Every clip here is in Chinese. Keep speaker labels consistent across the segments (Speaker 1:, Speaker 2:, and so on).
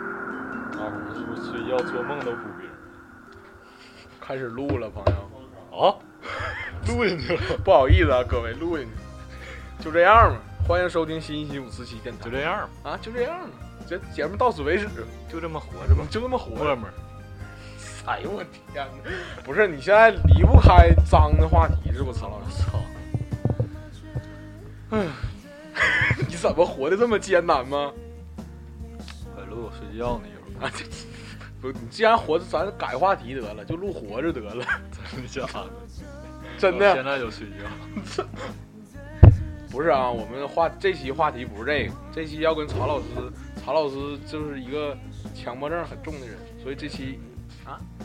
Speaker 1: 啊，我睡觉做梦都不冰
Speaker 2: 开始录了，朋友，
Speaker 1: 啊，录进去了，
Speaker 2: 不好意思啊，各位，录进去，就这样吧。欢迎收听新一期五四七电台
Speaker 1: 就这样吧，
Speaker 2: 啊，就这样吧，这节目到此
Speaker 1: 啊
Speaker 2: 为止，
Speaker 1: 就这么活着吧，
Speaker 2: 就这么活
Speaker 1: 哥
Speaker 2: 着。
Speaker 1: 们儿。
Speaker 2: 哎呦我天哪！不是，你现在离不开脏的话题是不，曹老师？哎
Speaker 1: 操，
Speaker 2: 你怎么活得这么艰难吗？
Speaker 1: 快录哎我睡觉呢，一会儿。
Speaker 2: 啊，这不，你既然活着，咱改话题得了，就录活着得了，
Speaker 1: 真的假的？
Speaker 2: 真
Speaker 1: 我现
Speaker 2: 的
Speaker 1: 在就睡觉。
Speaker 2: 不是啊。我们话这期话题不是这个，这期要跟曹老师，曹老师就是一个强迫症很重的人，所以这期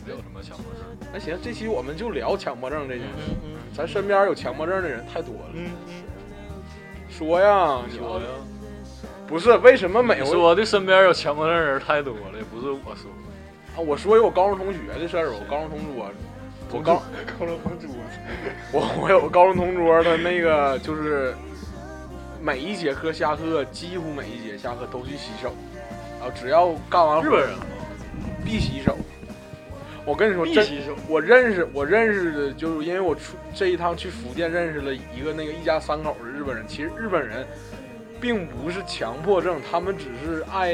Speaker 1: 没有什么强迫症。
Speaker 2: 那行，这期我们就聊强迫症这件事。咱身边有强迫症的人太多了，
Speaker 1: 嗯，
Speaker 2: 说呀，
Speaker 1: 你
Speaker 2: 你
Speaker 1: 说呀，
Speaker 2: 不是为什么每
Speaker 1: 你
Speaker 2: 回
Speaker 1: 说的身边有强迫症的人太多了，也不是我 说。
Speaker 2: 啊，我说有我高中同学的事儿吧，我高中同桌，我高
Speaker 1: 高楼房主，
Speaker 2: 我我有个高中同桌，他那个就是每一节课下课，几乎每一节下课都去洗手，啊，只要干完
Speaker 1: 日
Speaker 2: 活
Speaker 1: 本人啊吗？
Speaker 2: 必洗手。我跟你说，
Speaker 1: 必
Speaker 2: 真
Speaker 1: 洗手。
Speaker 2: 我认识我认识的，就是因为我出这一趟去福建认识了一个那个一家三口的日本人。其实日本人并不是强迫症，他们只是爱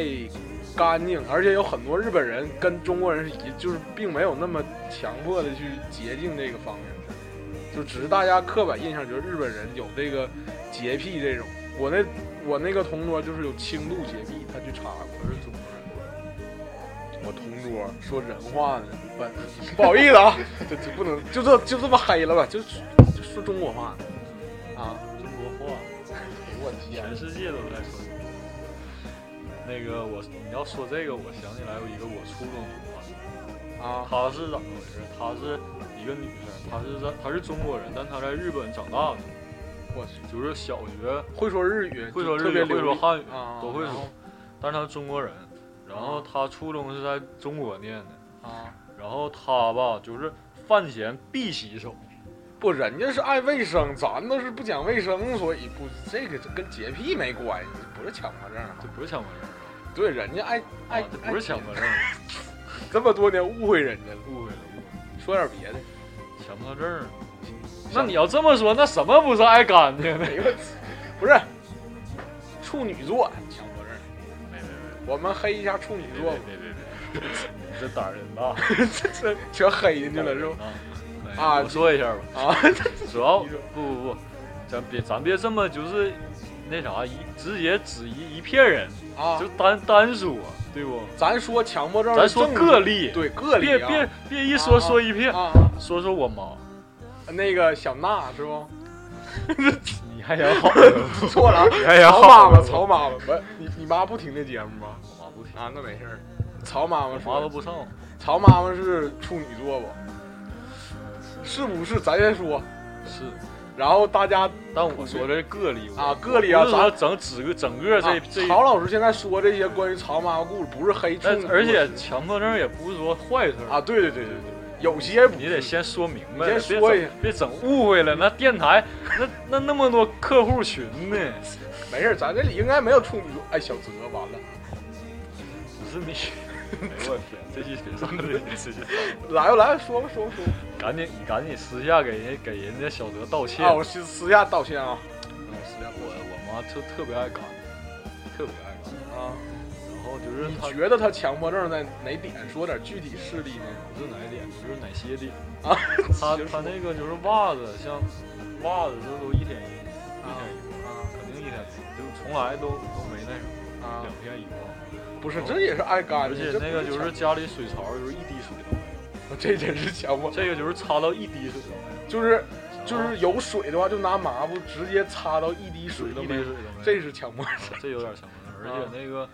Speaker 2: 干净，而且有很多日本人跟中国人是一，就是并没有那么强迫的去洁净这个方面，就只是大家刻板印象觉得日本人有这个洁癖这种。我那我那个同桌就是有轻度洁癖，他去查过。
Speaker 1: 我是中国人，
Speaker 2: 我同桌说人话呢，不不好意思啊，这这不能就这就这么黑了吧？就就说中国话呢啊！
Speaker 1: 中国话，
Speaker 2: 我天
Speaker 1: 全世界都在说。那个我，你要说这个，我想起来有一个我初中同学。
Speaker 2: 啊！
Speaker 1: 她是怎么回事？她是一个女生，她是在她是中国人，但她在日本长大的，
Speaker 2: 我
Speaker 1: 就是小学
Speaker 2: 会说日语，
Speaker 1: 会说
Speaker 2: 就
Speaker 1: 日
Speaker 2: 特
Speaker 1: 语
Speaker 2: 别
Speaker 1: 会
Speaker 2: 流
Speaker 1: 说
Speaker 2: 利
Speaker 1: 汉语
Speaker 2: 啊，
Speaker 1: 都会
Speaker 2: 然
Speaker 1: 说
Speaker 2: 后，
Speaker 1: 但是她是中国人。然后她初中是在中国念的，
Speaker 2: 啊。
Speaker 1: 然后她吧就是饭前必洗手，
Speaker 2: 不，人家是爱卫生，咱都是不讲卫生，所以不这个跟洁癖没关系，不是强迫症。啊
Speaker 1: 这不是强迫症，
Speaker 2: 对，人家爱爱、
Speaker 1: 啊，这不是强迫症，
Speaker 2: 爱，这么多年误会人家了。
Speaker 1: 误会了，误会了，
Speaker 2: 说点别的，
Speaker 1: 强迫症。那你要这么说，那什么不是爱干净的？
Speaker 2: 没问题，不是处女座强迫症。
Speaker 1: 没没
Speaker 2: 我们黑一下处女
Speaker 1: 没，
Speaker 2: 座吧，
Speaker 1: 别别别别别，你这胆儿真大，
Speaker 2: 这全黑进去了是吧？
Speaker 1: 吧
Speaker 2: 啊
Speaker 1: 我说一下吧，
Speaker 2: 啊，
Speaker 1: 主要不不不，咱别咱别这么就是那啥一直接指一一片人，
Speaker 2: 啊
Speaker 1: 就，单单说对不？
Speaker 2: 咱说强迫症，
Speaker 1: 咱说个，例，
Speaker 2: 对个例
Speaker 1: 别
Speaker 2: 啊，
Speaker 1: 别别一说
Speaker 2: 啊
Speaker 1: 说一片，
Speaker 2: 啊，
Speaker 1: 说说我妈，
Speaker 2: 啊那个小娜是不？
Speaker 1: 你还 想好？
Speaker 2: 错 了，
Speaker 1: 你还想
Speaker 2: 曹
Speaker 1: 哎好？
Speaker 2: 妈 妈，曹妈妈，不，你你妈不听这节目吗？
Speaker 1: 我妈不听，
Speaker 2: 啊，那没事儿。曹妈妈
Speaker 1: 我妈都
Speaker 2: 说，
Speaker 1: 不上，
Speaker 2: 曹妈妈是处女座不？是不是？咱先说，
Speaker 1: 是，
Speaker 2: 然后大家
Speaker 1: 但我说的是个例我
Speaker 2: 啊个例啊
Speaker 1: 不是说
Speaker 2: 咱
Speaker 1: 整整个整个这
Speaker 2: 啊
Speaker 1: 这。
Speaker 2: 曹老师现在说这些关于曹妈妈故事，不是黑处
Speaker 1: 但
Speaker 2: 女座，
Speaker 1: 而且强迫症也不是说坏事儿，
Speaker 2: 啊，对对对对对，有些不
Speaker 1: 你得先说明白
Speaker 2: 你
Speaker 1: 了，别
Speaker 2: 先说一下
Speaker 1: 整别整误会了。那电台那那那么多客户群呢，
Speaker 2: 没事儿，咱这里应该没有处女座。哎，小泽完了。
Speaker 1: 不 是你，哎呦我
Speaker 2: 啊
Speaker 1: 天，这期谁上的？这期
Speaker 2: 来吧来吧，说吧说吧说吧。
Speaker 1: 赶紧你赶紧私下给人给人家小泽道歉。
Speaker 2: 啊，我私私下道歉啊。
Speaker 1: 私下我我妈就特别爱干，特别爱干。
Speaker 2: 啊，
Speaker 1: 然后就是
Speaker 2: 你
Speaker 1: 她
Speaker 2: 觉得他强迫症在哪点？说点具体事例呢？
Speaker 1: 不是哪一点，就是哪些点
Speaker 2: 啊。
Speaker 1: 她
Speaker 2: 就是
Speaker 1: 她那个就是袜子，像袜子这都一天一一
Speaker 2: 啊
Speaker 1: 天一个，肯定一天一个，就从来都都没那什
Speaker 2: 啊
Speaker 1: 么
Speaker 2: 啊
Speaker 1: 两！天一个。
Speaker 2: 不是，这也是爱干
Speaker 1: 而
Speaker 2: 净。
Speaker 1: 且
Speaker 2: 这不
Speaker 1: 那个就是
Speaker 2: 强
Speaker 1: 家里水槽就是一滴水都没有，
Speaker 2: 这真是强迫，
Speaker 1: 这个就是擦到一滴水都没有。 啊
Speaker 2: 就是就是有水的话，就拿抹布直接擦到一滴水都没有。
Speaker 1: 水
Speaker 2: 这是强迫。
Speaker 1: 这有点强迫
Speaker 2: 啊
Speaker 1: 症，而且那个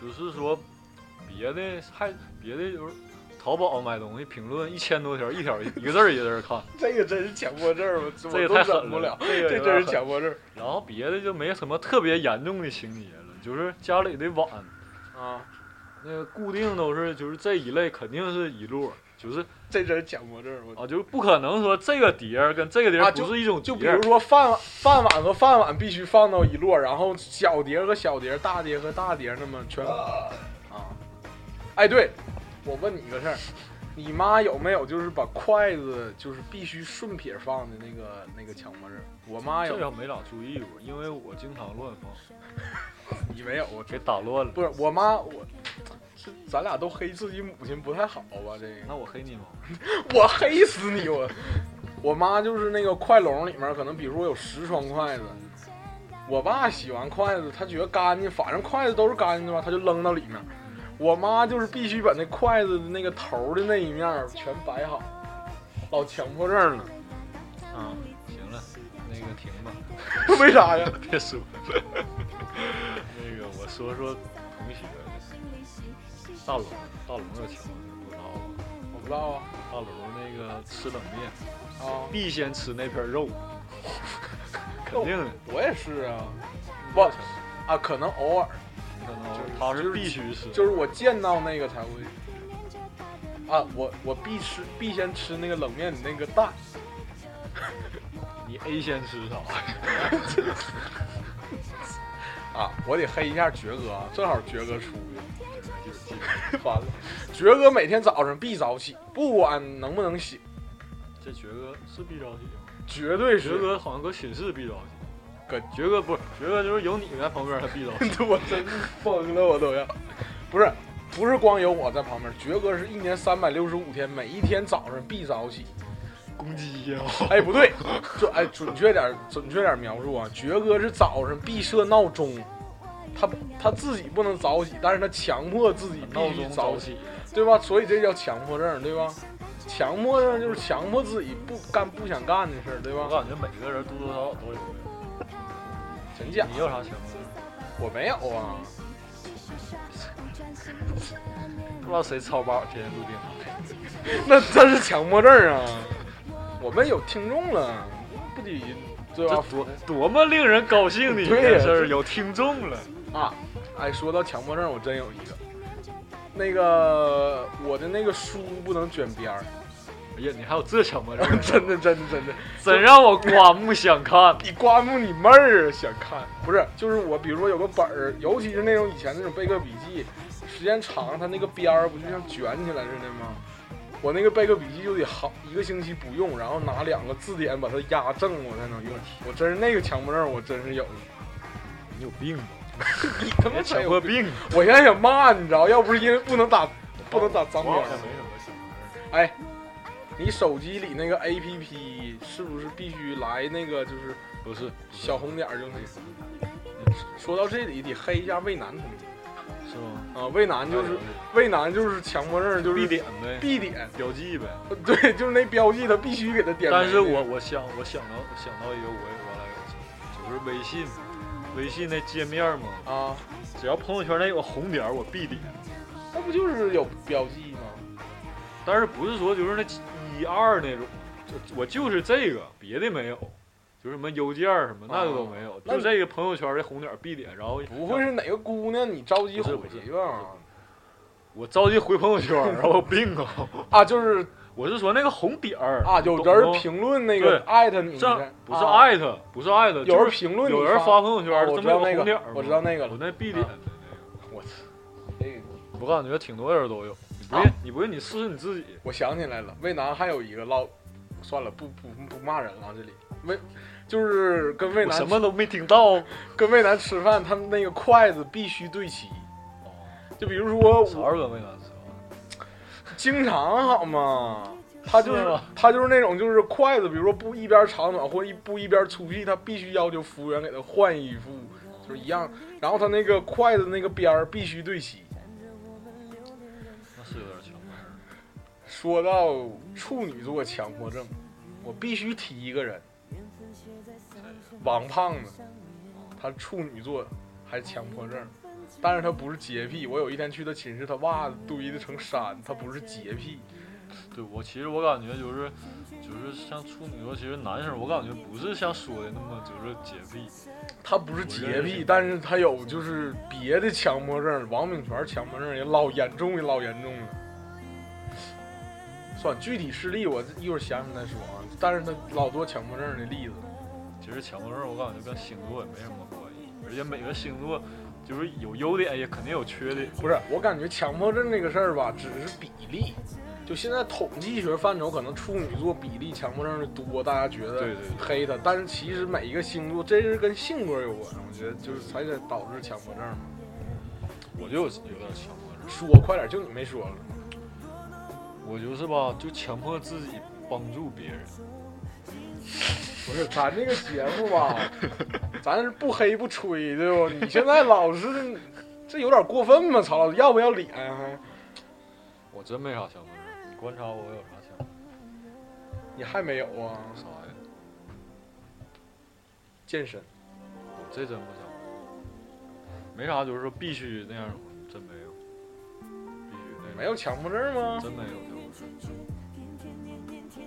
Speaker 1: 就是说别的还别的就是淘宝买东西评论一千多条，一条一个字儿一个字儿看，
Speaker 2: 这个真是强迫症儿，我
Speaker 1: 这
Speaker 2: 我
Speaker 1: 也
Speaker 2: 都
Speaker 1: 太狠
Speaker 2: 忍不了。，
Speaker 1: 这个
Speaker 2: 这
Speaker 1: 有点
Speaker 2: 真是
Speaker 1: 狠。
Speaker 2: 强迫症
Speaker 1: 然后别的就没什么特别严重的情节了，就是家里的碗
Speaker 2: 儿啊！
Speaker 1: 那个固定都是就是这一类肯定是一摞，就是
Speaker 2: 这真是强迫症儿，我
Speaker 1: 啊就是不可能说这个碟儿跟这个碟
Speaker 2: 啊
Speaker 1: 儿
Speaker 2: 就
Speaker 1: 不是一种碟
Speaker 2: 就
Speaker 1: 儿，
Speaker 2: 比如说饭碗饭碗和饭碗必须放到一摞，然后小碟儿和小碟儿、大碟儿和大碟儿那么全啊，哎，对，我问你个事儿，你妈有没有就是把筷子就是必须顺撇放的那个那个强迫症？我妈
Speaker 1: 这
Speaker 2: 有，
Speaker 1: 个没咋注意过，因为我经常乱放，
Speaker 2: 你没有？我
Speaker 1: 给打乱了。
Speaker 2: 不是我妈，我这咱俩都黑自己母亲不太好吧？这个
Speaker 1: 那我黑你吗？
Speaker 2: 我黑死你！我我妈就是那个筷笼里面，可能比如说有十双筷子。我爸洗完筷子，他觉得干净，反正筷子都是干净的嘛，他就扔到里面。我妈就是必须把那筷子的那个头儿的那一面儿全摆好，老强迫症了。 啊，
Speaker 1: 行了，那个停吧，
Speaker 2: 为啥呀？
Speaker 1: 别说了。那个我说说同学，大龙，大龙有强迫症不知道吧？
Speaker 2: 我不知道啊。
Speaker 1: 大龙那个吃冷面
Speaker 2: 啊，
Speaker 1: 必先吃那片肉，肯定的。
Speaker 2: 我也是啊。
Speaker 1: 我
Speaker 2: 我啊，可能偶尔，
Speaker 1: 他是必须吃，
Speaker 2: 就是我见到那个才会。啊，我我必吃，必先吃那个冷面里那个蛋。
Speaker 1: 你 A 先吃啥？
Speaker 2: 啊，我得黑一下爵哥啊，正好爵哥出去， 完了，爵哥每天早上必早起，不管能不能醒，
Speaker 1: 这爵哥是必着急吗？
Speaker 2: 绝对
Speaker 1: 爵
Speaker 2: 是。
Speaker 1: 哥好像搁寝室必着急，
Speaker 2: 搁
Speaker 1: 爵哥不是爵哥，就是有你在旁边他必着急。
Speaker 2: 我真是疯了，我都要。不是，不是光有我在旁边，爵哥是一年三百六十五天，每一天早上必早起。
Speaker 1: 公鸡呀！
Speaker 2: 哎，不对，准哎准确点，准确点描述啊，爵哥是早上必设闹钟，他他自己不能早起，但是他强迫自己必
Speaker 1: 闹
Speaker 2: 须
Speaker 1: 钟
Speaker 2: 早
Speaker 1: 早
Speaker 2: 起。
Speaker 1: 起，
Speaker 2: 对吧？所以这叫强迫症，对吧？强迫症就是强迫自己不干不想干的事儿，对
Speaker 1: 我
Speaker 2: 吧？
Speaker 1: 感觉每个人多多少少都有。
Speaker 2: 真假？
Speaker 1: 你有啥强迫症？
Speaker 2: 我没有啊，
Speaker 1: 不知道谁操包天天录电台，
Speaker 2: 那这是强迫症啊！我们有听众了，不得对
Speaker 1: 这
Speaker 2: 吧？
Speaker 1: 多多么令人高兴的一
Speaker 2: 对呀
Speaker 1: 件事儿，有听众了。
Speaker 2: 啊，哎，说到强迫症，我真有一个，那个我的那个书不能卷边儿，？
Speaker 1: 哎呀，你还有这强迫症
Speaker 2: 真的真的真的，
Speaker 1: 真让我刮目相看。
Speaker 2: 你刮目你妹儿啊！想看不是？就是我，比如说有个本儿，尤其是那种以前那种备课笔记，时间长，它那个边儿不就像卷起来似的吗？我那个备课笔记就得好一个星期不用，然后拿两个字典把它压正，我才能用。我真是那个强迫症，我真是有。
Speaker 1: 你有病吧？
Speaker 2: 你他妈
Speaker 1: 别
Speaker 2: 才
Speaker 1: 强
Speaker 2: 有
Speaker 1: 迫！病。
Speaker 2: 我现在想骂你，知道？要不是因为不能 打，不能打脏
Speaker 1: 我好。
Speaker 2: 标
Speaker 1: 像没什么强迫症。
Speaker 2: 哎，你手机里那个 APP 是不是必须来那个就是
Speaker 1: 不是，
Speaker 2: 小红点儿就行。说到这里，得黑一下魏楠同学
Speaker 1: 是吗？
Speaker 2: 啊，魏楠就是魏楠就是强迫症，就是
Speaker 1: 哎必点呗，
Speaker 2: 必点，
Speaker 1: 标记呗。
Speaker 2: 对，就是那标记他必须给他点没那个。
Speaker 1: 但是我我想我想到想到一个我也我来有，就是微信，微信那界面嘛，
Speaker 2: 啊，
Speaker 1: 只要朋友圈那有个红点儿我必点，
Speaker 2: 那不就是有标记吗？
Speaker 1: 但是不是说就是那一二那种，就我就是这个，别的没有。就是什么邮件儿什么那个都没有，
Speaker 2: 哦那
Speaker 1: 就这个朋友圈的红点儿必点，然后
Speaker 2: 不会是哪个姑娘你着急
Speaker 1: 不是不
Speaker 2: 回
Speaker 1: 是
Speaker 2: 去吧？
Speaker 1: 我着急回朋友圈儿，然后我有病啊！
Speaker 2: 啊，就是
Speaker 1: 我是说那个红点儿
Speaker 2: 啊，有
Speaker 1: 你懂
Speaker 2: 人
Speaker 1: 吗
Speaker 2: 评论那个艾特你，
Speaker 1: 这样不是
Speaker 2: 啊，
Speaker 1: 艾特，不是艾特，
Speaker 2: 有
Speaker 1: 就是
Speaker 2: 人评论你，
Speaker 1: 有人发朋友
Speaker 2: 啊
Speaker 1: 圈，
Speaker 2: 我
Speaker 1: 这
Speaker 2: 知
Speaker 1: 么有
Speaker 2: 道
Speaker 1: 个
Speaker 2: 那
Speaker 1: 红点
Speaker 2: 个
Speaker 1: 儿，
Speaker 2: 我知道那个
Speaker 1: 我
Speaker 2: 了。
Speaker 1: 那必点的那
Speaker 2: 我操，这个
Speaker 1: 个，我感觉挺多人都有。你不
Speaker 2: 啊
Speaker 1: 信？你不信？你试试你自己。
Speaker 2: 我想起来了，魏楠还有一个唠，算了，不不不骂人了，这里魏就是跟魏
Speaker 1: 我
Speaker 2: 楠
Speaker 1: 什么都没听到。
Speaker 2: 跟魏楠吃饭，他们那个筷子必须对齐。就比如说
Speaker 1: 啥
Speaker 2: 我
Speaker 1: 时候跟魏楠吃饭？
Speaker 2: 经常好吗？他就是是
Speaker 1: 吗
Speaker 2: 他就是那种就是筷子，比如说不一边长短或一不一边粗细，他必须要求服务员给他换一副，就是一样。然后他那个筷子那个边儿必须对齐。
Speaker 1: 那是有点强。
Speaker 2: 说到处女座强迫症，我必须提一个人，王胖子，他处女座还强迫症，但是他不是洁癖。我有一天去他寝室，他袜子堆的成山，他不是洁癖。
Speaker 1: 对我其实我感觉就是就是像处女座，其实男生我感觉不是像说的那么就是洁癖。
Speaker 2: 他不是洁癖，但是他有就是别的强迫症，王炳全强迫症也老严重，也老严重了。算具体事例，我一会儿想想再说啊。但是他老多强迫症的例子，
Speaker 1: 其实强迫症我感觉跟星座也没什么关系，而且每个星座就是有优点也肯定有缺点。
Speaker 2: 不是，我感觉强迫症这个事儿吧，只是比例。就现在统计学范畴，可能处女座比例强迫症的多，大家觉
Speaker 1: 对
Speaker 2: 得
Speaker 1: 对对，
Speaker 2: 黑它，但是其实每一个星座，这是跟性格有关，我觉得就是才得导致强迫症嘛。
Speaker 1: 我就有有点强迫症，
Speaker 2: 说快点，就你没说了。
Speaker 1: 我就是吧，就强迫自己帮助别人。
Speaker 2: 不是，咱这个节目 吧，咱是不黑不吹，对不？你现在老是，这有点过分嘛？操，要不要脸啊还？
Speaker 1: 我真没啥强迫症，你观察我有啥强迫
Speaker 2: 你还没有啊？
Speaker 1: 症啥呀？
Speaker 2: 健身，
Speaker 1: 我这真不强迫，没啥，就是说必须那样，真没有，必须那样
Speaker 2: 没有，强迫症吗？
Speaker 1: 真没有强迫症。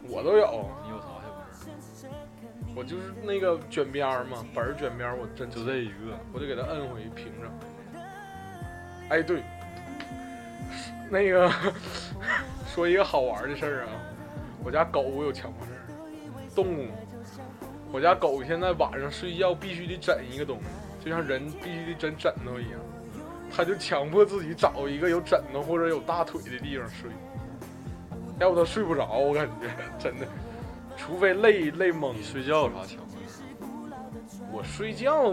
Speaker 2: 我都有，
Speaker 1: 你有啥强迫症？
Speaker 2: 我就是那个卷边儿嘛，本儿卷边儿，我真
Speaker 1: 就这一个，
Speaker 2: 我就给它摁回平整。哎，对，那个 说一个好玩的事儿啊，我家狗有强迫症，动物。我家狗现在晚上睡觉必须得枕一个东西，就像人必须得枕枕头一样，它就强迫自己找一个有枕头或者有大腿的地方睡，要不它睡不着，我感觉真的，除非累累懵
Speaker 1: 你。睡觉有啥强迫症？
Speaker 2: 我睡觉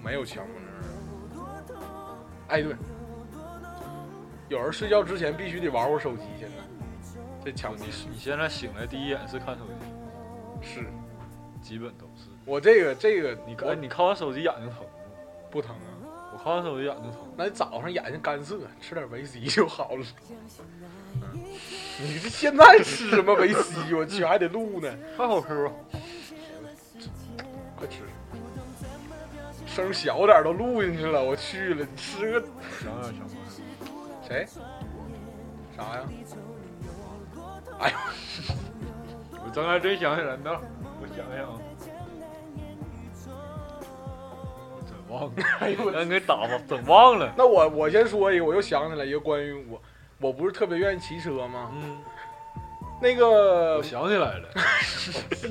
Speaker 2: 没有强迫症。哎，对，有人睡觉之前必须得玩会儿手机，现在这强迫
Speaker 1: 你
Speaker 2: 症
Speaker 1: 你现在醒来第一眼是看手机，
Speaker 2: 是
Speaker 1: 基本都是。
Speaker 2: 我这个这个
Speaker 1: 你
Speaker 2: 我
Speaker 1: 看，你看完手机眼睛疼吗？
Speaker 2: 不疼啊？
Speaker 1: 我看完手机眼睛疼。
Speaker 2: 那早上眼睛干涩，吃点维 C 就好了。嗯你这现在吃什么维 C？我去，还得录呢，
Speaker 1: 快口 Q 啊！
Speaker 2: 快吃。声小点儿都录进去了，我去了，你吃个
Speaker 1: 想想强迫症，
Speaker 2: 谁？啥呀？
Speaker 1: 我刚才真想起来，那我想想啊，我真忘了，
Speaker 2: 哎呦我
Speaker 1: 让你给打吧，整忘了。
Speaker 2: 那我我先说一个，我又想起来一个关于我，我不是特别愿意骑车吗？
Speaker 1: 嗯，
Speaker 2: 那个
Speaker 1: 我想起来了，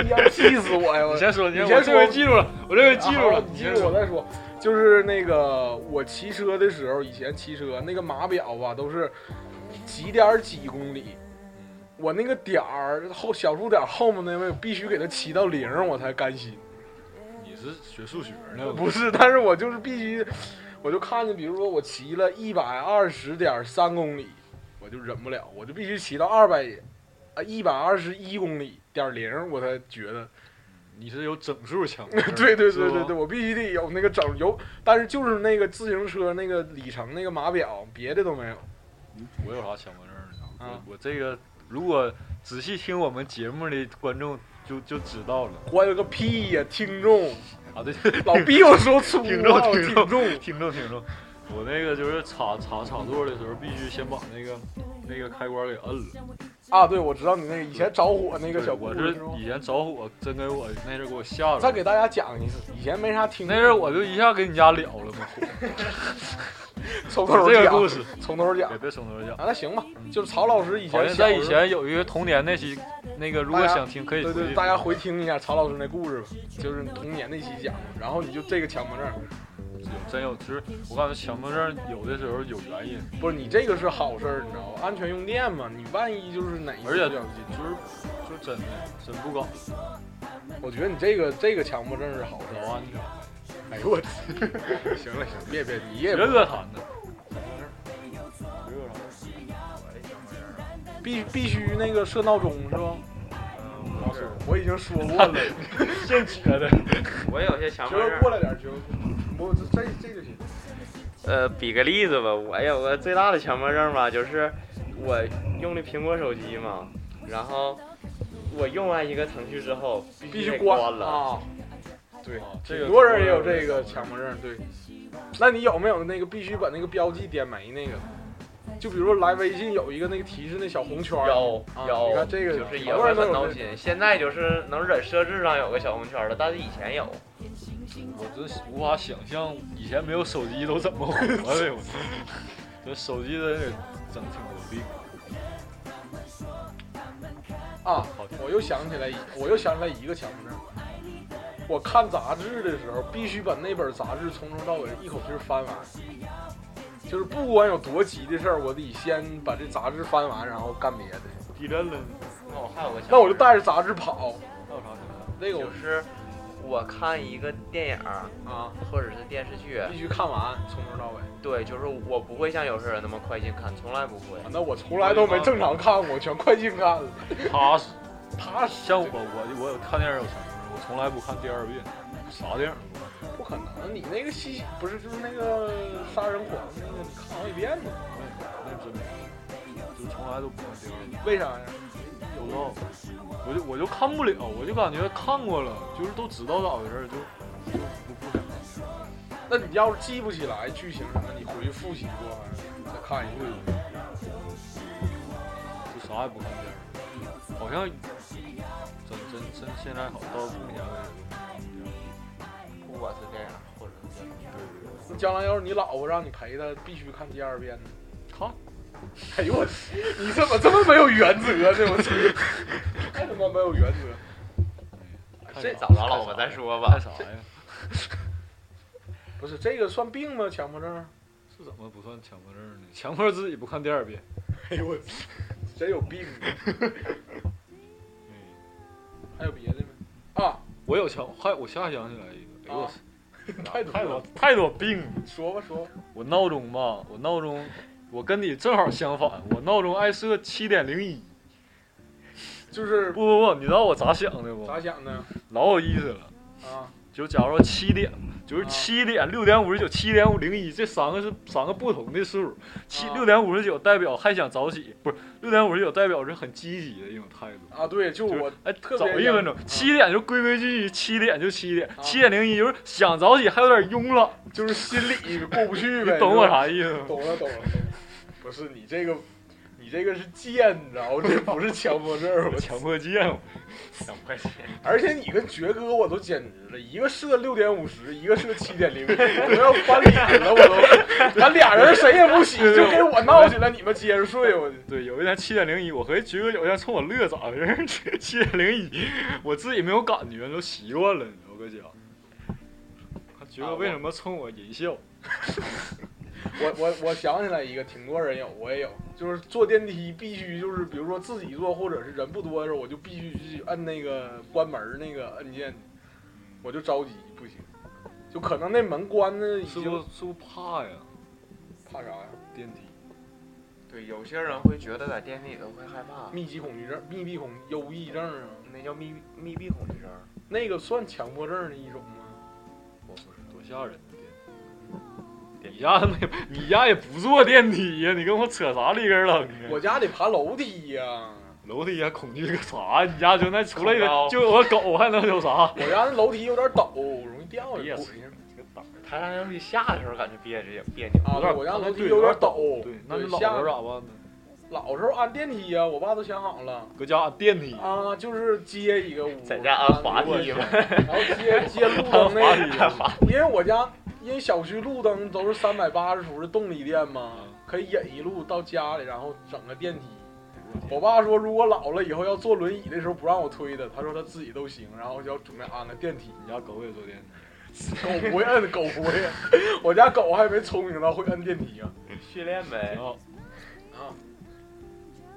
Speaker 2: 要气死我呀！我
Speaker 1: 你先说，你
Speaker 2: 你
Speaker 1: 我
Speaker 2: 先
Speaker 1: 这
Speaker 2: 说
Speaker 1: 回记住了，我这回记住
Speaker 2: 啊
Speaker 1: 了，
Speaker 2: 好你
Speaker 1: 你
Speaker 2: 记
Speaker 1: 先
Speaker 2: 住我
Speaker 1: 说。
Speaker 2: 再说。就是那个我骑车的时候，以前骑车那个码表吧，都是几点几公里，
Speaker 1: 嗯
Speaker 2: 我那个点儿后小数点后面那位必须给它骑到零，我才甘心。
Speaker 1: 你是学数学呢？
Speaker 2: 不是，但是我就是必须，我就看见，比如说我骑了一百二十点三公里，我就忍不了，我就必须骑到二百，啊一百二十一公里点零，我才 觉得，
Speaker 1: 你是有整数 强迫症？
Speaker 2: 对对
Speaker 1: 是吧
Speaker 2: 对对对，。我必须得有那个整有，但是就是那个自行车那个里程那个码表，别的都没有。
Speaker 1: 嗯我有啥强迫症呢？
Speaker 2: 啊
Speaker 1: 我我这个如果仔细听我们节目的观众就就知道了
Speaker 2: 我有个屁呀、听众，
Speaker 1: 啊，对。
Speaker 2: 老逼我说粗
Speaker 1: 听众
Speaker 2: 话，
Speaker 1: 听
Speaker 2: 听
Speaker 1: 众
Speaker 2: 众，
Speaker 1: 听众听众，我那个就是插插插座的时候，必须先把那个那个开关给摁了。
Speaker 2: 啊，对，我知道你那个以前着火那个
Speaker 1: 对
Speaker 2: 小
Speaker 1: 我
Speaker 2: 故
Speaker 1: 这
Speaker 2: 事是吗，
Speaker 1: 以前着火，真给我那阵给我吓着
Speaker 2: 再
Speaker 1: 了。
Speaker 2: 给大家讲一次，以前没啥听，
Speaker 1: 那阵我就一下给你家了了 嘛，
Speaker 2: 从头
Speaker 1: 这个
Speaker 2: 讲，
Speaker 1: 故事
Speaker 2: 从头讲
Speaker 1: 也。别从头讲。
Speaker 2: 啊，那行吧，就是曹老师以
Speaker 1: 好
Speaker 2: 前
Speaker 1: 像在
Speaker 2: 小
Speaker 1: 以
Speaker 2: 时候
Speaker 1: 前有一个童年那期，那个如果
Speaker 2: 大家
Speaker 1: 想听可以
Speaker 2: 对
Speaker 1: 回
Speaker 2: 对，
Speaker 1: 去
Speaker 2: 大家回听一下曹老师那故事吧，就是童年那期讲的，然后你就这个强迫症，
Speaker 1: 有真有，其实我感觉强迫症有的时候有原因，
Speaker 2: 不是你这个是好事儿，你知道吧？安全用电嘛，你万一就是哪一次
Speaker 1: 而且
Speaker 2: 不小心
Speaker 1: 就是就真的真不搞，
Speaker 2: 我觉得你这个这个强迫症是好事
Speaker 1: 老
Speaker 2: 儿。
Speaker 1: 安全。
Speaker 2: 哎呦我，行了行了，别别，你也
Speaker 1: 别
Speaker 2: 不
Speaker 1: 乐谈的，
Speaker 2: 必必须那个设闹钟是吧？
Speaker 1: 是
Speaker 2: 我已经说 过了，
Speaker 1: 现学的。
Speaker 3: 我有些强
Speaker 2: 觉
Speaker 3: 迫
Speaker 2: 得过来
Speaker 3: 症。
Speaker 2: 点儿，觉得不这这这就行。
Speaker 3: 呃，比个例子吧，我有个最大的强迫症吧，就是我用的苹果手机嘛，然后我用完一个程序之后，
Speaker 2: 必须
Speaker 3: 须得
Speaker 2: 关
Speaker 3: 了。
Speaker 2: 啊。对，
Speaker 3: 哦
Speaker 1: 哦这个
Speaker 2: 挺多人也有这个强迫症。对，
Speaker 3: 嗯
Speaker 2: 那你有没有那个必须把那个标记点没那个？就比如说来微信有一个那个提示那小红圈儿，
Speaker 3: 有
Speaker 2: 啊
Speaker 3: 有，
Speaker 2: 你看这个
Speaker 3: 就是也
Speaker 2: 好多
Speaker 3: 会
Speaker 2: 人都
Speaker 3: 很
Speaker 2: 有
Speaker 3: 闹
Speaker 2: 这
Speaker 3: 心。现在就是能忍设置上有个小红圈了，但是以前有。
Speaker 1: 我真是无法想象以前没有手机都怎么活的，我操！ 这手机真是整挺牛逼，
Speaker 2: 啊
Speaker 1: 好听！
Speaker 2: 我又想起来一，我又想起来一个强迫症，我看杂志的时候，必须把那本杂志从头到尾一口气儿翻完，就是不管有多急的事儿，我得先把这杂志翻完，然后干别的。
Speaker 1: 地震了，
Speaker 3: 那哦我还有个小事儿，
Speaker 2: 那我就带着杂志跑，
Speaker 1: 还有啥情况？
Speaker 2: 那个
Speaker 3: 就
Speaker 2: 我
Speaker 3: 是我看一个电影儿
Speaker 2: 啊
Speaker 3: 或者是电视剧，
Speaker 2: 必须看完，从头到尾。
Speaker 3: 对，就是我不会像有些人那么快进看，从来不会。
Speaker 2: 啊那我从来都没正常看过，全快进看了。
Speaker 1: 他是
Speaker 2: 他
Speaker 1: 像我，我我有看电影有常识，我从来不看第二遍，啥电影都不看。
Speaker 2: 不可能，你那个西不是就是那个杀人狂那个，你看好几遍呢？
Speaker 1: 那真没有，就从来都不看第二遍。
Speaker 2: 为啥呀？
Speaker 1: 有道理，我就我就看不了，我就感觉看过了，就是都知道咋回事儿，就就不不想看。
Speaker 2: 那你要是记不起来剧情什么，你回去复习过，再看一遍。
Speaker 1: 就啥也不看电影，好像真真真现在好到目前为止，
Speaker 3: 不管是电影儿或者是电视剧，
Speaker 2: 那将来要是你老婆让你陪她，必须看第二遍呢。
Speaker 1: 看
Speaker 2: 哎呦我，你怎么这么没有原则呢？我操，太他妈没有原则！
Speaker 1: 看
Speaker 2: 这
Speaker 1: 啥
Speaker 3: 找着老婆再说吧
Speaker 1: 看。啥呀？
Speaker 2: 不是这个算病吗？强迫症？
Speaker 1: 这怎么不算强迫症呢？强迫自己不看第二遍。
Speaker 2: 哎呦我，真有病！啊
Speaker 1: 嗯
Speaker 2: 还有别的没？啊，
Speaker 1: 我有强，还我瞎想起来一个，哎呦我操
Speaker 2: 太多
Speaker 1: 太
Speaker 2: 了
Speaker 1: 多，太多病了。
Speaker 2: 说吧说吧。
Speaker 1: 我闹钟吧，我闹钟，我跟你正好相反，我闹钟爱设七点零一。
Speaker 2: 就是
Speaker 1: 不不不，你知道我咋想的不？
Speaker 2: 咋想的
Speaker 1: 老有意思了。
Speaker 2: 啊？
Speaker 1: 就假如说七点，就是七点、六点五十九、七点五零一这三个是三个不同的数。七
Speaker 2: 啊
Speaker 1: 六点五十九代表还想早起，不是六点五十九代表是很积极的一种态度。
Speaker 2: 啊，对，就
Speaker 1: 就是
Speaker 2: 我
Speaker 1: 哎，
Speaker 2: 特
Speaker 1: 早
Speaker 2: 别
Speaker 1: 一
Speaker 2: 想
Speaker 1: 分钟
Speaker 2: 啊，
Speaker 1: 七点就规规矩矩，七点就七点，
Speaker 2: 啊
Speaker 1: 七点零一就是想早起还有点慵懒，
Speaker 2: 就是心里过不去
Speaker 1: 你
Speaker 2: 呗。
Speaker 1: 懂我
Speaker 2: 是吧？
Speaker 1: 啥意思吗？
Speaker 2: 懂了懂了。懂了不是你这个，你这个是贱，你知道 吗？这不是强迫症，我
Speaker 1: 我强迫症，
Speaker 3: 两块钱，
Speaker 2: 而且你跟爵哥我都简直了，一个设六点五十，一个设七点零，我要翻脸了，我都，咱俩人谁也不洗，就给我闹起来，你们接着睡，我
Speaker 1: 对，有一天七点零一，我和橘哥有一天冲我乐咋回事？七点零一， 我自己没有感觉，都习惯了，你知道搁家。看橘
Speaker 3: 啊
Speaker 1: 哥
Speaker 3: 我
Speaker 1: 为什么冲我淫笑？
Speaker 2: 我我我想起来一个，挺多人有，我也有，就是坐电梯必须就是，比如说自己坐或者是人不多的时候，我就必须去摁那个关门那个按键，
Speaker 1: 嗯
Speaker 2: 我就着急不行，就可能那门关的已
Speaker 1: 是
Speaker 2: 经
Speaker 1: 不是不怕呀？
Speaker 2: 怕啥呀？
Speaker 1: 电梯
Speaker 3: 对，有些人会觉得在电梯里头会害怕，
Speaker 2: 密集恐惧症、密闭恐忧郁症啊，
Speaker 3: 那叫密密闭恐惧症。
Speaker 2: 那个算强迫症的一种吗？
Speaker 3: 我不知
Speaker 1: 多吓人的电梯！你家没，你家也不坐电梯呀？你跟我扯啥里根楞呢？
Speaker 2: 我家得爬楼梯呀、
Speaker 1: 楼梯还恐惧个啥？你家就那除了一
Speaker 3: 恐高
Speaker 1: 个就有个狗，还能有啥？
Speaker 2: 我家那楼梯有点陡，容易掉
Speaker 1: 憋
Speaker 2: 下
Speaker 1: 死
Speaker 2: 去。
Speaker 3: 道，台上要是下的时候感觉憋着也别扭。
Speaker 2: 啊，对我家楼梯有点陡，
Speaker 1: 对，那你
Speaker 2: 对
Speaker 1: 老啊
Speaker 2: 下
Speaker 1: 了咋办呢？
Speaker 2: 老时候按电梯呀、我爸都想好了。
Speaker 1: 搁家按电梯，
Speaker 2: 啊，就是接一个屋，
Speaker 3: 在家安滑
Speaker 2: 过去
Speaker 3: 梯嘛，
Speaker 2: 然后 接接路 灯
Speaker 1: 滑
Speaker 2: 那
Speaker 1: 梯
Speaker 2: 个，
Speaker 3: 安滑
Speaker 2: 因为我家因为小区路灯都是三百八十伏的动力电嘛，
Speaker 3: 嗯
Speaker 2: 可以引一路到家里，然后整个电梯。
Speaker 3: 嗯
Speaker 2: 我爸说，如果老了以后要坐轮椅的时候不让我推他，他说他自己都行，然后就要准备安个电梯。
Speaker 1: 你家狗也坐电梯。
Speaker 2: 狗不会摁，狗不会摁， 我家狗还没聪明到会摁电梯啊。
Speaker 3: 训练呗
Speaker 1: 挺。好，
Speaker 2: 啊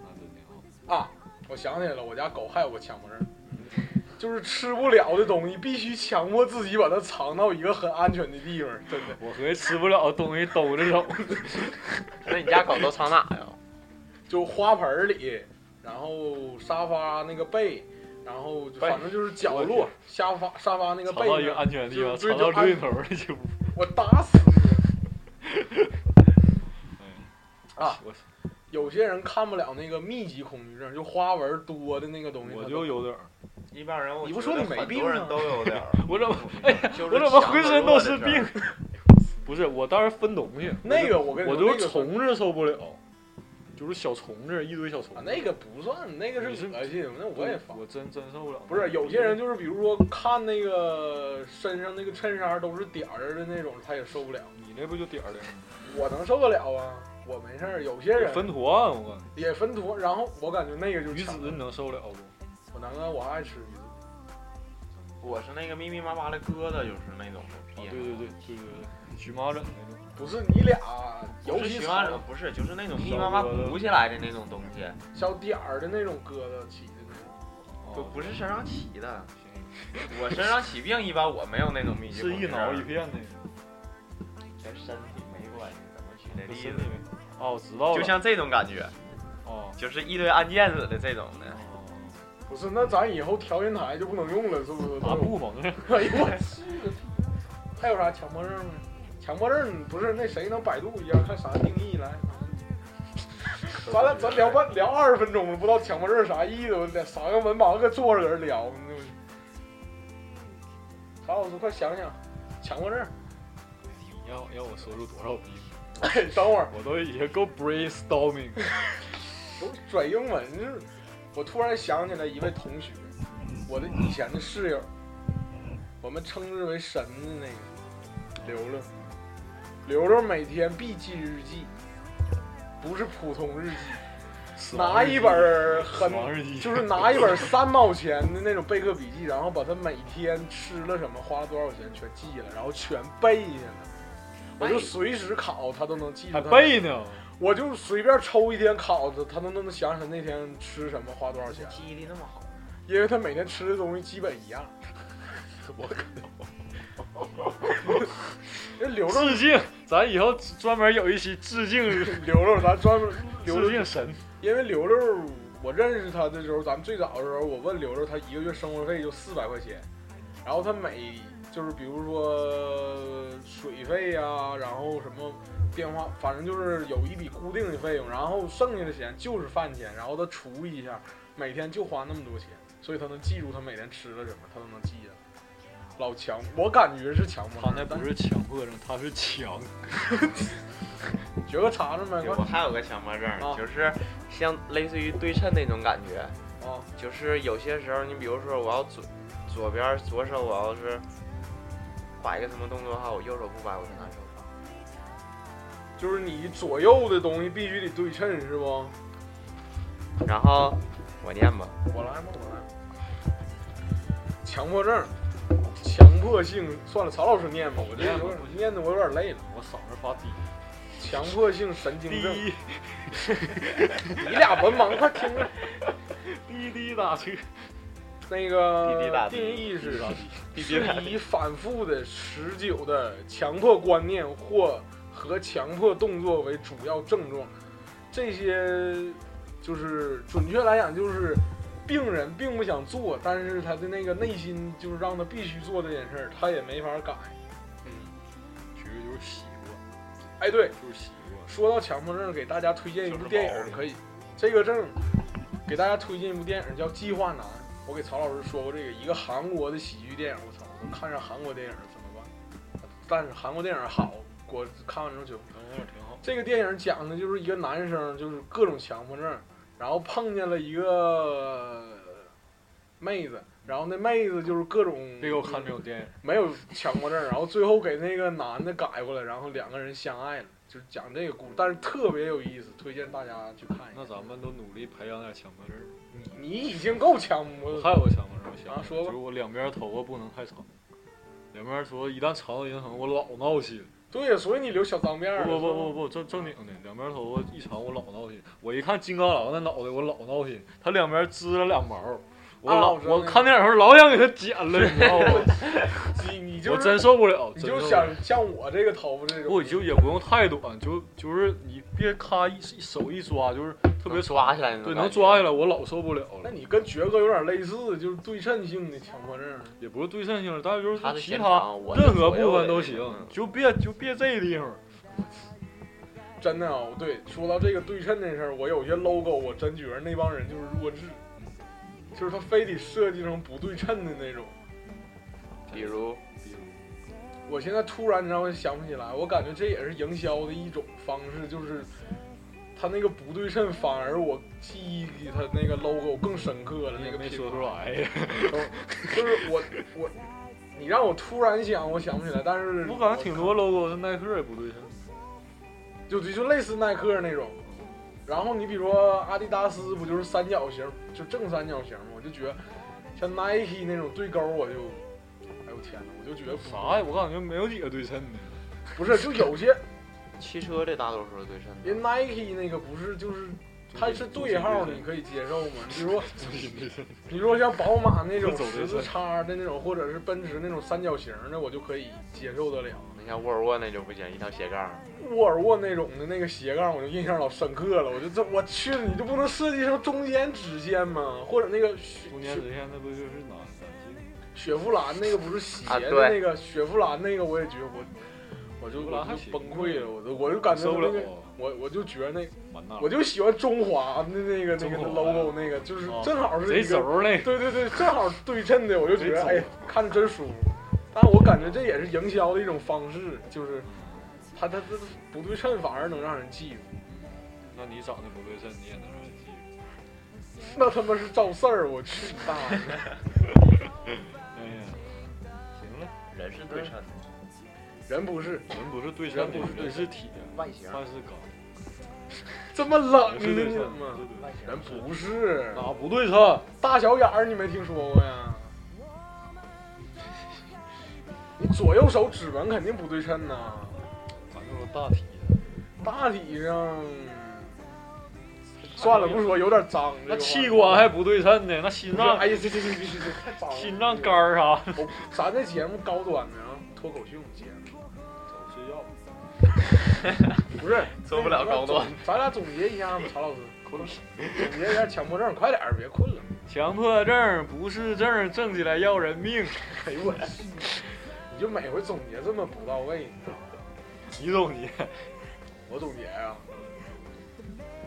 Speaker 1: 那真挺好。
Speaker 2: 啊！我想起来了，我家狗还有个强迫症，就是吃不了的东西必须强迫自己把它藏到一个很安全的地方，真的。
Speaker 1: 我合计吃不了东西兜着走，
Speaker 3: 那你家狗都藏哪呀？
Speaker 2: 就花盆儿里，然后沙发那个背，然后就
Speaker 1: 背
Speaker 2: 反正就是角落沙发沙发那个
Speaker 1: 啊藏到
Speaker 2: 背
Speaker 1: 一个
Speaker 2: 面，
Speaker 1: 安全的地方，
Speaker 2: 就是
Speaker 1: 藏
Speaker 2: 就
Speaker 1: 到
Speaker 2: 安
Speaker 1: 对头的去屋。
Speaker 2: 我打死你！啊
Speaker 1: 我
Speaker 2: 有些人看不了那个密集恐惧症，就花纹多的那个东西，
Speaker 1: 我
Speaker 2: 他
Speaker 1: 就
Speaker 2: 都
Speaker 1: 有点儿，
Speaker 3: 一般人，
Speaker 2: 你不说你没病吗
Speaker 3: 都有点儿。
Speaker 1: 我怎么
Speaker 3: 啊 哎呀，
Speaker 1: 我怎么浑身都是病？ 不是，我当时分东西，
Speaker 2: 那个我跟你
Speaker 1: 我
Speaker 2: 说，
Speaker 1: 就
Speaker 2: 那
Speaker 1: 是
Speaker 2: 个
Speaker 1: 虫子受不了，就是小虫子，一堆小虫
Speaker 2: 啊
Speaker 1: 子。
Speaker 2: 那个不算，那个
Speaker 1: 你
Speaker 2: 是
Speaker 1: 是
Speaker 2: 恶心，那我也烦。
Speaker 1: 我真真受不了。
Speaker 2: 不是，有些人就是比如说看那个身上那个衬衫都是点儿的那种，他也受不了。
Speaker 1: 你那不就点儿点儿？
Speaker 2: 我能受得了啊，我没事儿。有些人
Speaker 1: 分图案，我告诉
Speaker 2: 也分坨，然后我感觉那个就
Speaker 1: 你，
Speaker 2: 是
Speaker 1: 鱼
Speaker 2: 强
Speaker 1: 子你能受了不？
Speaker 2: 我能啊，我爱吃鱼子。
Speaker 3: 我是那个密密麻麻的疙瘩，就是那种的
Speaker 1: 对
Speaker 3: 屁。
Speaker 1: 对对对对对，荨麻疹那种，
Speaker 2: 不是你俩啊
Speaker 3: 不
Speaker 2: 尤
Speaker 3: 是啊
Speaker 2: 其
Speaker 3: 荨麻疹，不是，就是那种密密麻麻鼓起来的那种东西，
Speaker 2: 小点儿的那种疙瘩起的那种，
Speaker 3: 不不是身上起的。
Speaker 1: 行
Speaker 3: 我身上起病一般我没有那种密集
Speaker 1: 是一挠一片那个。
Speaker 3: 跟身体没关系，怎么举这
Speaker 1: 不
Speaker 3: 例
Speaker 1: 是
Speaker 3: 子？
Speaker 1: 那个哦，我知道了，
Speaker 3: 就像这种感觉，
Speaker 1: 哦。
Speaker 3: 就是一堆按键似的这种的。
Speaker 2: 不是？那咱以后调音台就不能用了，是不是？
Speaker 1: 拿布 嘛，那是
Speaker 2: 哎呦我去！还有啥强迫症呢？强迫症不是那谁能百度一下看啥定义来？咱俩咱聊 半聊二十分钟了，不知道强迫症啥意思，我得三个文盲搁坐着搁这聊呢。曹老师，快想想，强迫症。
Speaker 1: 你让让我说出多少逼？
Speaker 2: 哎，等会儿
Speaker 1: 我都已经够 brainstorming 了。
Speaker 2: 都拽英文，就是我突然想起来一位同学，我的以前的室友，我们称之为神的那个刘刘，刘刘每天必记日记，不是普通日记，
Speaker 1: 死
Speaker 2: 拿
Speaker 1: 亡日
Speaker 2: 一
Speaker 1: 记
Speaker 2: 本儿很
Speaker 1: 死亡日记
Speaker 2: 就是拿一本三毛钱的那种备课笔记，然后把他每天吃了什么，花了多少钱全记了，然后全背下来。我就随时考，他都能记 住
Speaker 1: 还
Speaker 2: 他。
Speaker 1: 背呢，
Speaker 2: 我就随便抽一天烤的，他都能想起来那天吃什么花多少钱，
Speaker 3: 记忆力那么好，
Speaker 2: 因为他每天吃的东西基本一样。
Speaker 1: 我
Speaker 2: 这刘刘
Speaker 1: 致敬，咱以后专门有一期致敬
Speaker 2: 刘刘，咱专门刘
Speaker 1: 致
Speaker 2: 刘，
Speaker 1: 敬神。
Speaker 2: 因为刘刘我认识他的时候，咱们最早的时候，我问刘刘他一个月生活费就四百块钱，然后他每就是比如说水费呀、然后什么电话，反正就是有一笔固定的费用，然后剩下的钱就是饭钱，然后他除一下，每天就花那么多钱，所以他能记住他每天吃了什么，他都能记着。老强，我感觉是强迫
Speaker 1: 他
Speaker 2: 症，
Speaker 1: 那不是强迫症，他是强。
Speaker 2: 但学个查查呗，
Speaker 3: 我还有个强迫症
Speaker 2: 啊，
Speaker 3: 就是像类似于对称那种感觉，
Speaker 2: 快啊！
Speaker 3: 就是有些时候你比如说我要左左边左手我要是摆个什么动作的话，我右手不摆我就难受了。
Speaker 2: 就是你左右的东西必须得对称，是不？
Speaker 3: 然后我念吧，
Speaker 2: 我来吗？我来。强迫症，强迫性，算了，曹老师念吧，我这
Speaker 1: 念吧
Speaker 2: 有点念的我有点累了。
Speaker 1: 我嗓子发低。
Speaker 2: 强迫性神经症，
Speaker 1: 滴
Speaker 2: 你俩文盲快听着。
Speaker 1: 滴滴打车，
Speaker 2: 那个
Speaker 3: 滴滴答滴
Speaker 2: 定义是
Speaker 3: 滴滴答
Speaker 2: 是以反复的、持久的强迫观念或和强迫动作为主要症状，这些就是准确来讲就是。病人并不想做，但是他的那个内心就是让他必须做这件事儿，他也没法改。
Speaker 1: 其实就是习惯，
Speaker 2: 哎，对，
Speaker 1: 就是习惯。
Speaker 2: 说到强迫症，给大家推荐一部电
Speaker 3: 就是毛
Speaker 2: 影，
Speaker 3: 病
Speaker 2: 可以。这个症，给大家推荐一部电影叫《计划男》。我给曹老师说过这个，一个韩国的喜剧电影。我操，我看上韩国电影了怎么办？但是韩国电影好，我看完之后就
Speaker 1: 能量哎挺好。
Speaker 2: 这个电影讲的就是一个男生，就是各种强迫症，然后碰见了一个妹子，然后那妹子就是各种
Speaker 1: 这个我看这种电影，
Speaker 2: 没有强迫症，然后最后给那个男的改过来，然后两个人相爱了，就是讲这个故事，但是特别有意思，推荐大家去看一下
Speaker 1: 那。咱们都努力培养点强迫症。
Speaker 2: 你你已经够强迫了，
Speaker 1: 还有个强迫症，我想
Speaker 2: 啊说吧
Speaker 1: 就是我两边头发不能太长，两边头发一旦长到银行，我老闹心。
Speaker 2: 对，所以你留小脏辫儿。
Speaker 1: 不不不不
Speaker 2: 是吧，
Speaker 1: 不，正正经的，两边头发一长我老闹心。我一看金刚狼那脑袋，我老闹心，他两边支了俩毛，我
Speaker 2: 啊
Speaker 1: 老、
Speaker 2: 我知道
Speaker 1: 我
Speaker 2: 那个
Speaker 1: 看电影时候老想给他剪了，你知道吗？
Speaker 2: 你 你
Speaker 1: 我
Speaker 2: 就是
Speaker 1: 真受不了，
Speaker 2: 你
Speaker 1: 真
Speaker 2: 就
Speaker 1: 受不
Speaker 2: 想
Speaker 1: 了
Speaker 2: 像我这个头发这种，
Speaker 1: 不就也不用太短，就就是你别咔一一手一抓，就是特别
Speaker 3: 能抓起来那种
Speaker 1: 对，
Speaker 3: 感觉，
Speaker 1: 能抓起来我老受不了
Speaker 2: 那
Speaker 1: 了。
Speaker 2: 你跟爵哥有点类似，就是对称性的强迫症。
Speaker 1: 也不是对称性，但是就是
Speaker 3: 他
Speaker 1: 说
Speaker 3: 是
Speaker 1: 其
Speaker 3: 现
Speaker 1: 他
Speaker 3: 场我是
Speaker 1: 任何
Speaker 3: 左右
Speaker 1: 部分
Speaker 3: 的嗯
Speaker 1: 都
Speaker 3: 这
Speaker 1: 行
Speaker 3: 种，
Speaker 1: 就别就别这地方。
Speaker 2: 真的啊、对，说到这个对称这事儿，我有些 logo，我真觉得那帮人就是弱智，就是他非得设计成不对称的那种。
Speaker 3: 比如
Speaker 2: 我现在突然让我想不起来，我感觉这也是营销的一种方式，就是它那个不对称，反而我记忆里它那个 logo 更深刻
Speaker 1: 你
Speaker 2: 了。那
Speaker 1: 也
Speaker 2: 个
Speaker 1: 没
Speaker 2: 品
Speaker 1: 说
Speaker 2: 牌
Speaker 1: 出，来 呀，
Speaker 2: 就是我我，你让我突然想，我想不起来，但 是
Speaker 1: 我感觉挺多 logo 的耐克也不对称。
Speaker 2: 就就类似耐克那种。然后你比如说阿迪达斯不就是三角形，就正三角形吗？我就觉得像 Nike 那种对勾，我就呦天哪，我就觉得不
Speaker 1: 啥呀？我感觉没有几个对称的。
Speaker 2: 不是，就有些
Speaker 3: 汽车这大多数是对称的
Speaker 2: 人。Nike 那个不是就是它是对号，你可以接受吗？你说
Speaker 1: 中心对称，
Speaker 2: 你说像宝马那种
Speaker 1: 走的
Speaker 2: 十字叉的那种，或者是奔驰那种三角形的，我就可以接受得了。
Speaker 3: 你像沃尔沃那就不行，一条斜杠。
Speaker 2: 沃尔沃那种的那个斜杠，我就印象老深刻了。我就这，我去，你就不能设计成中间直线吗？或者那个雪
Speaker 1: 中间直线那不就是哪三性？
Speaker 2: 雪佛兰那个不是斜
Speaker 3: 啊
Speaker 2: 的
Speaker 3: 对
Speaker 2: 那个，雪佛兰那个我也觉得我，我就
Speaker 1: 雪佛
Speaker 2: 我
Speaker 1: 兰还
Speaker 2: 就
Speaker 1: 行
Speaker 2: 崩溃了，我都我就感觉
Speaker 1: 受不
Speaker 2: 那
Speaker 1: 了啊
Speaker 2: 个，我我就觉得那
Speaker 1: 完蛋 了。
Speaker 2: 我就喜欢中华那那个那个
Speaker 1: 中华
Speaker 2: logo 那个，就是
Speaker 1: 啊
Speaker 2: 正好是
Speaker 1: 贼
Speaker 2: 一个，
Speaker 1: 轴那个，
Speaker 2: 对对对，正好对称的，我就觉
Speaker 1: 贼
Speaker 2: 得
Speaker 1: 轴
Speaker 2: 哎，看着真舒服。但我感觉这也是营销的一种方式，就是它它它不对称反而能让人记住，
Speaker 1: 那你长得不对称，你也能让人记住。
Speaker 2: 那他妈是赵四儿，我去你大 爷！
Speaker 1: 哎呀，
Speaker 3: 行了，人是
Speaker 2: 对
Speaker 3: 对
Speaker 2: 称
Speaker 3: 啊称的，
Speaker 2: 人不是
Speaker 1: 人不是对称的，
Speaker 2: 人不是对
Speaker 1: 人是体，
Speaker 3: 外形
Speaker 1: 万事高，
Speaker 2: 这么冷
Speaker 1: 不
Speaker 2: 呢
Speaker 1: 是对
Speaker 2: 你
Speaker 1: 称
Speaker 2: 怎，么？
Speaker 1: 不是对称
Speaker 2: 人不是
Speaker 1: 哪不对称？
Speaker 2: 大小眼儿，你没听说 过呀？你左右手指纹肯定不对称呐、
Speaker 1: 咱就说大体。
Speaker 2: 大体上，算了，不说，有点脏。这
Speaker 1: 那
Speaker 2: 个话题
Speaker 1: 器官还不对称呢，那心
Speaker 2: 不是
Speaker 1: 脏
Speaker 2: 哎呀，这这这这这太脏了。
Speaker 1: 心脏肝儿啥？
Speaker 2: 我，咱这节目高端的啊，脱口秀节目，
Speaker 1: 走睡觉，
Speaker 2: 不是
Speaker 3: 做不了高端。
Speaker 2: 咱俩总结一下吧，曹老师，困了，总结一下强迫症，快点儿，别困了。
Speaker 1: 强迫症不是症，症起来要人命。
Speaker 2: 哎呦我去，你就每回总结这么不到位，你知道吗？
Speaker 1: 你 总结，
Speaker 2: 我总结啊，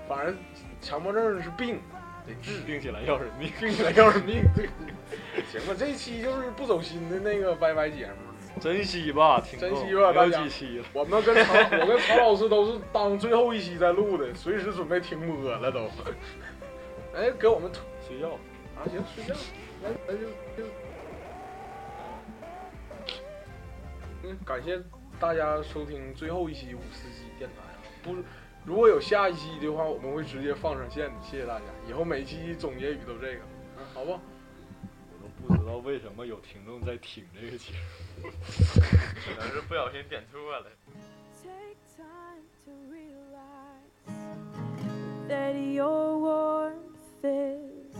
Speaker 2: 反正强迫症是病，得治。
Speaker 1: 病起来要人命。
Speaker 2: 病起来要人命，对。 行吧，这一期就是不走心的那个 YY 节目，
Speaker 1: 珍惜吧，听众，
Speaker 2: 珍惜吧大
Speaker 1: 没有
Speaker 2: 家
Speaker 1: 几期了，
Speaker 2: 我们跟曹，我跟曹老师都是当最后一期在录的，随时准备停播了都。 哎，给我们推
Speaker 1: 睡觉。
Speaker 2: 啊，行，睡觉，来，咱就就，嗯，感谢大家收听最后一期五四七电台啊，不是。如果有下一期的话，我们会直接放上线的。谢谢大家，以后每期总结语都这个，嗯，好不？
Speaker 1: 我都不知道为什么有听众在听这个节目。
Speaker 3: 可能是不小心点错了。
Speaker 4: Take time to realize that your warmth is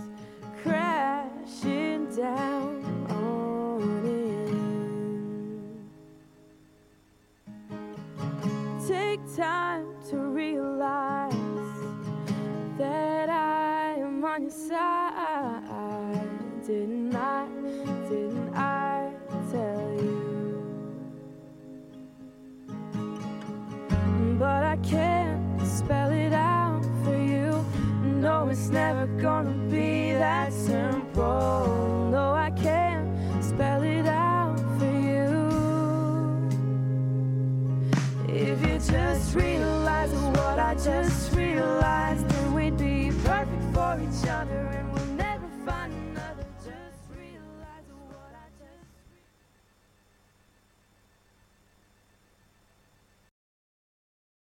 Speaker 4: crashing down on in. Take time to realize that I am on your side. Didn't I? Didn't I tell you? but I can't spell it out for you. No, it's never gonna be that simple. No, I can't spell it out for you. If you just realized what I just realized, then we'd be perfect for each other. and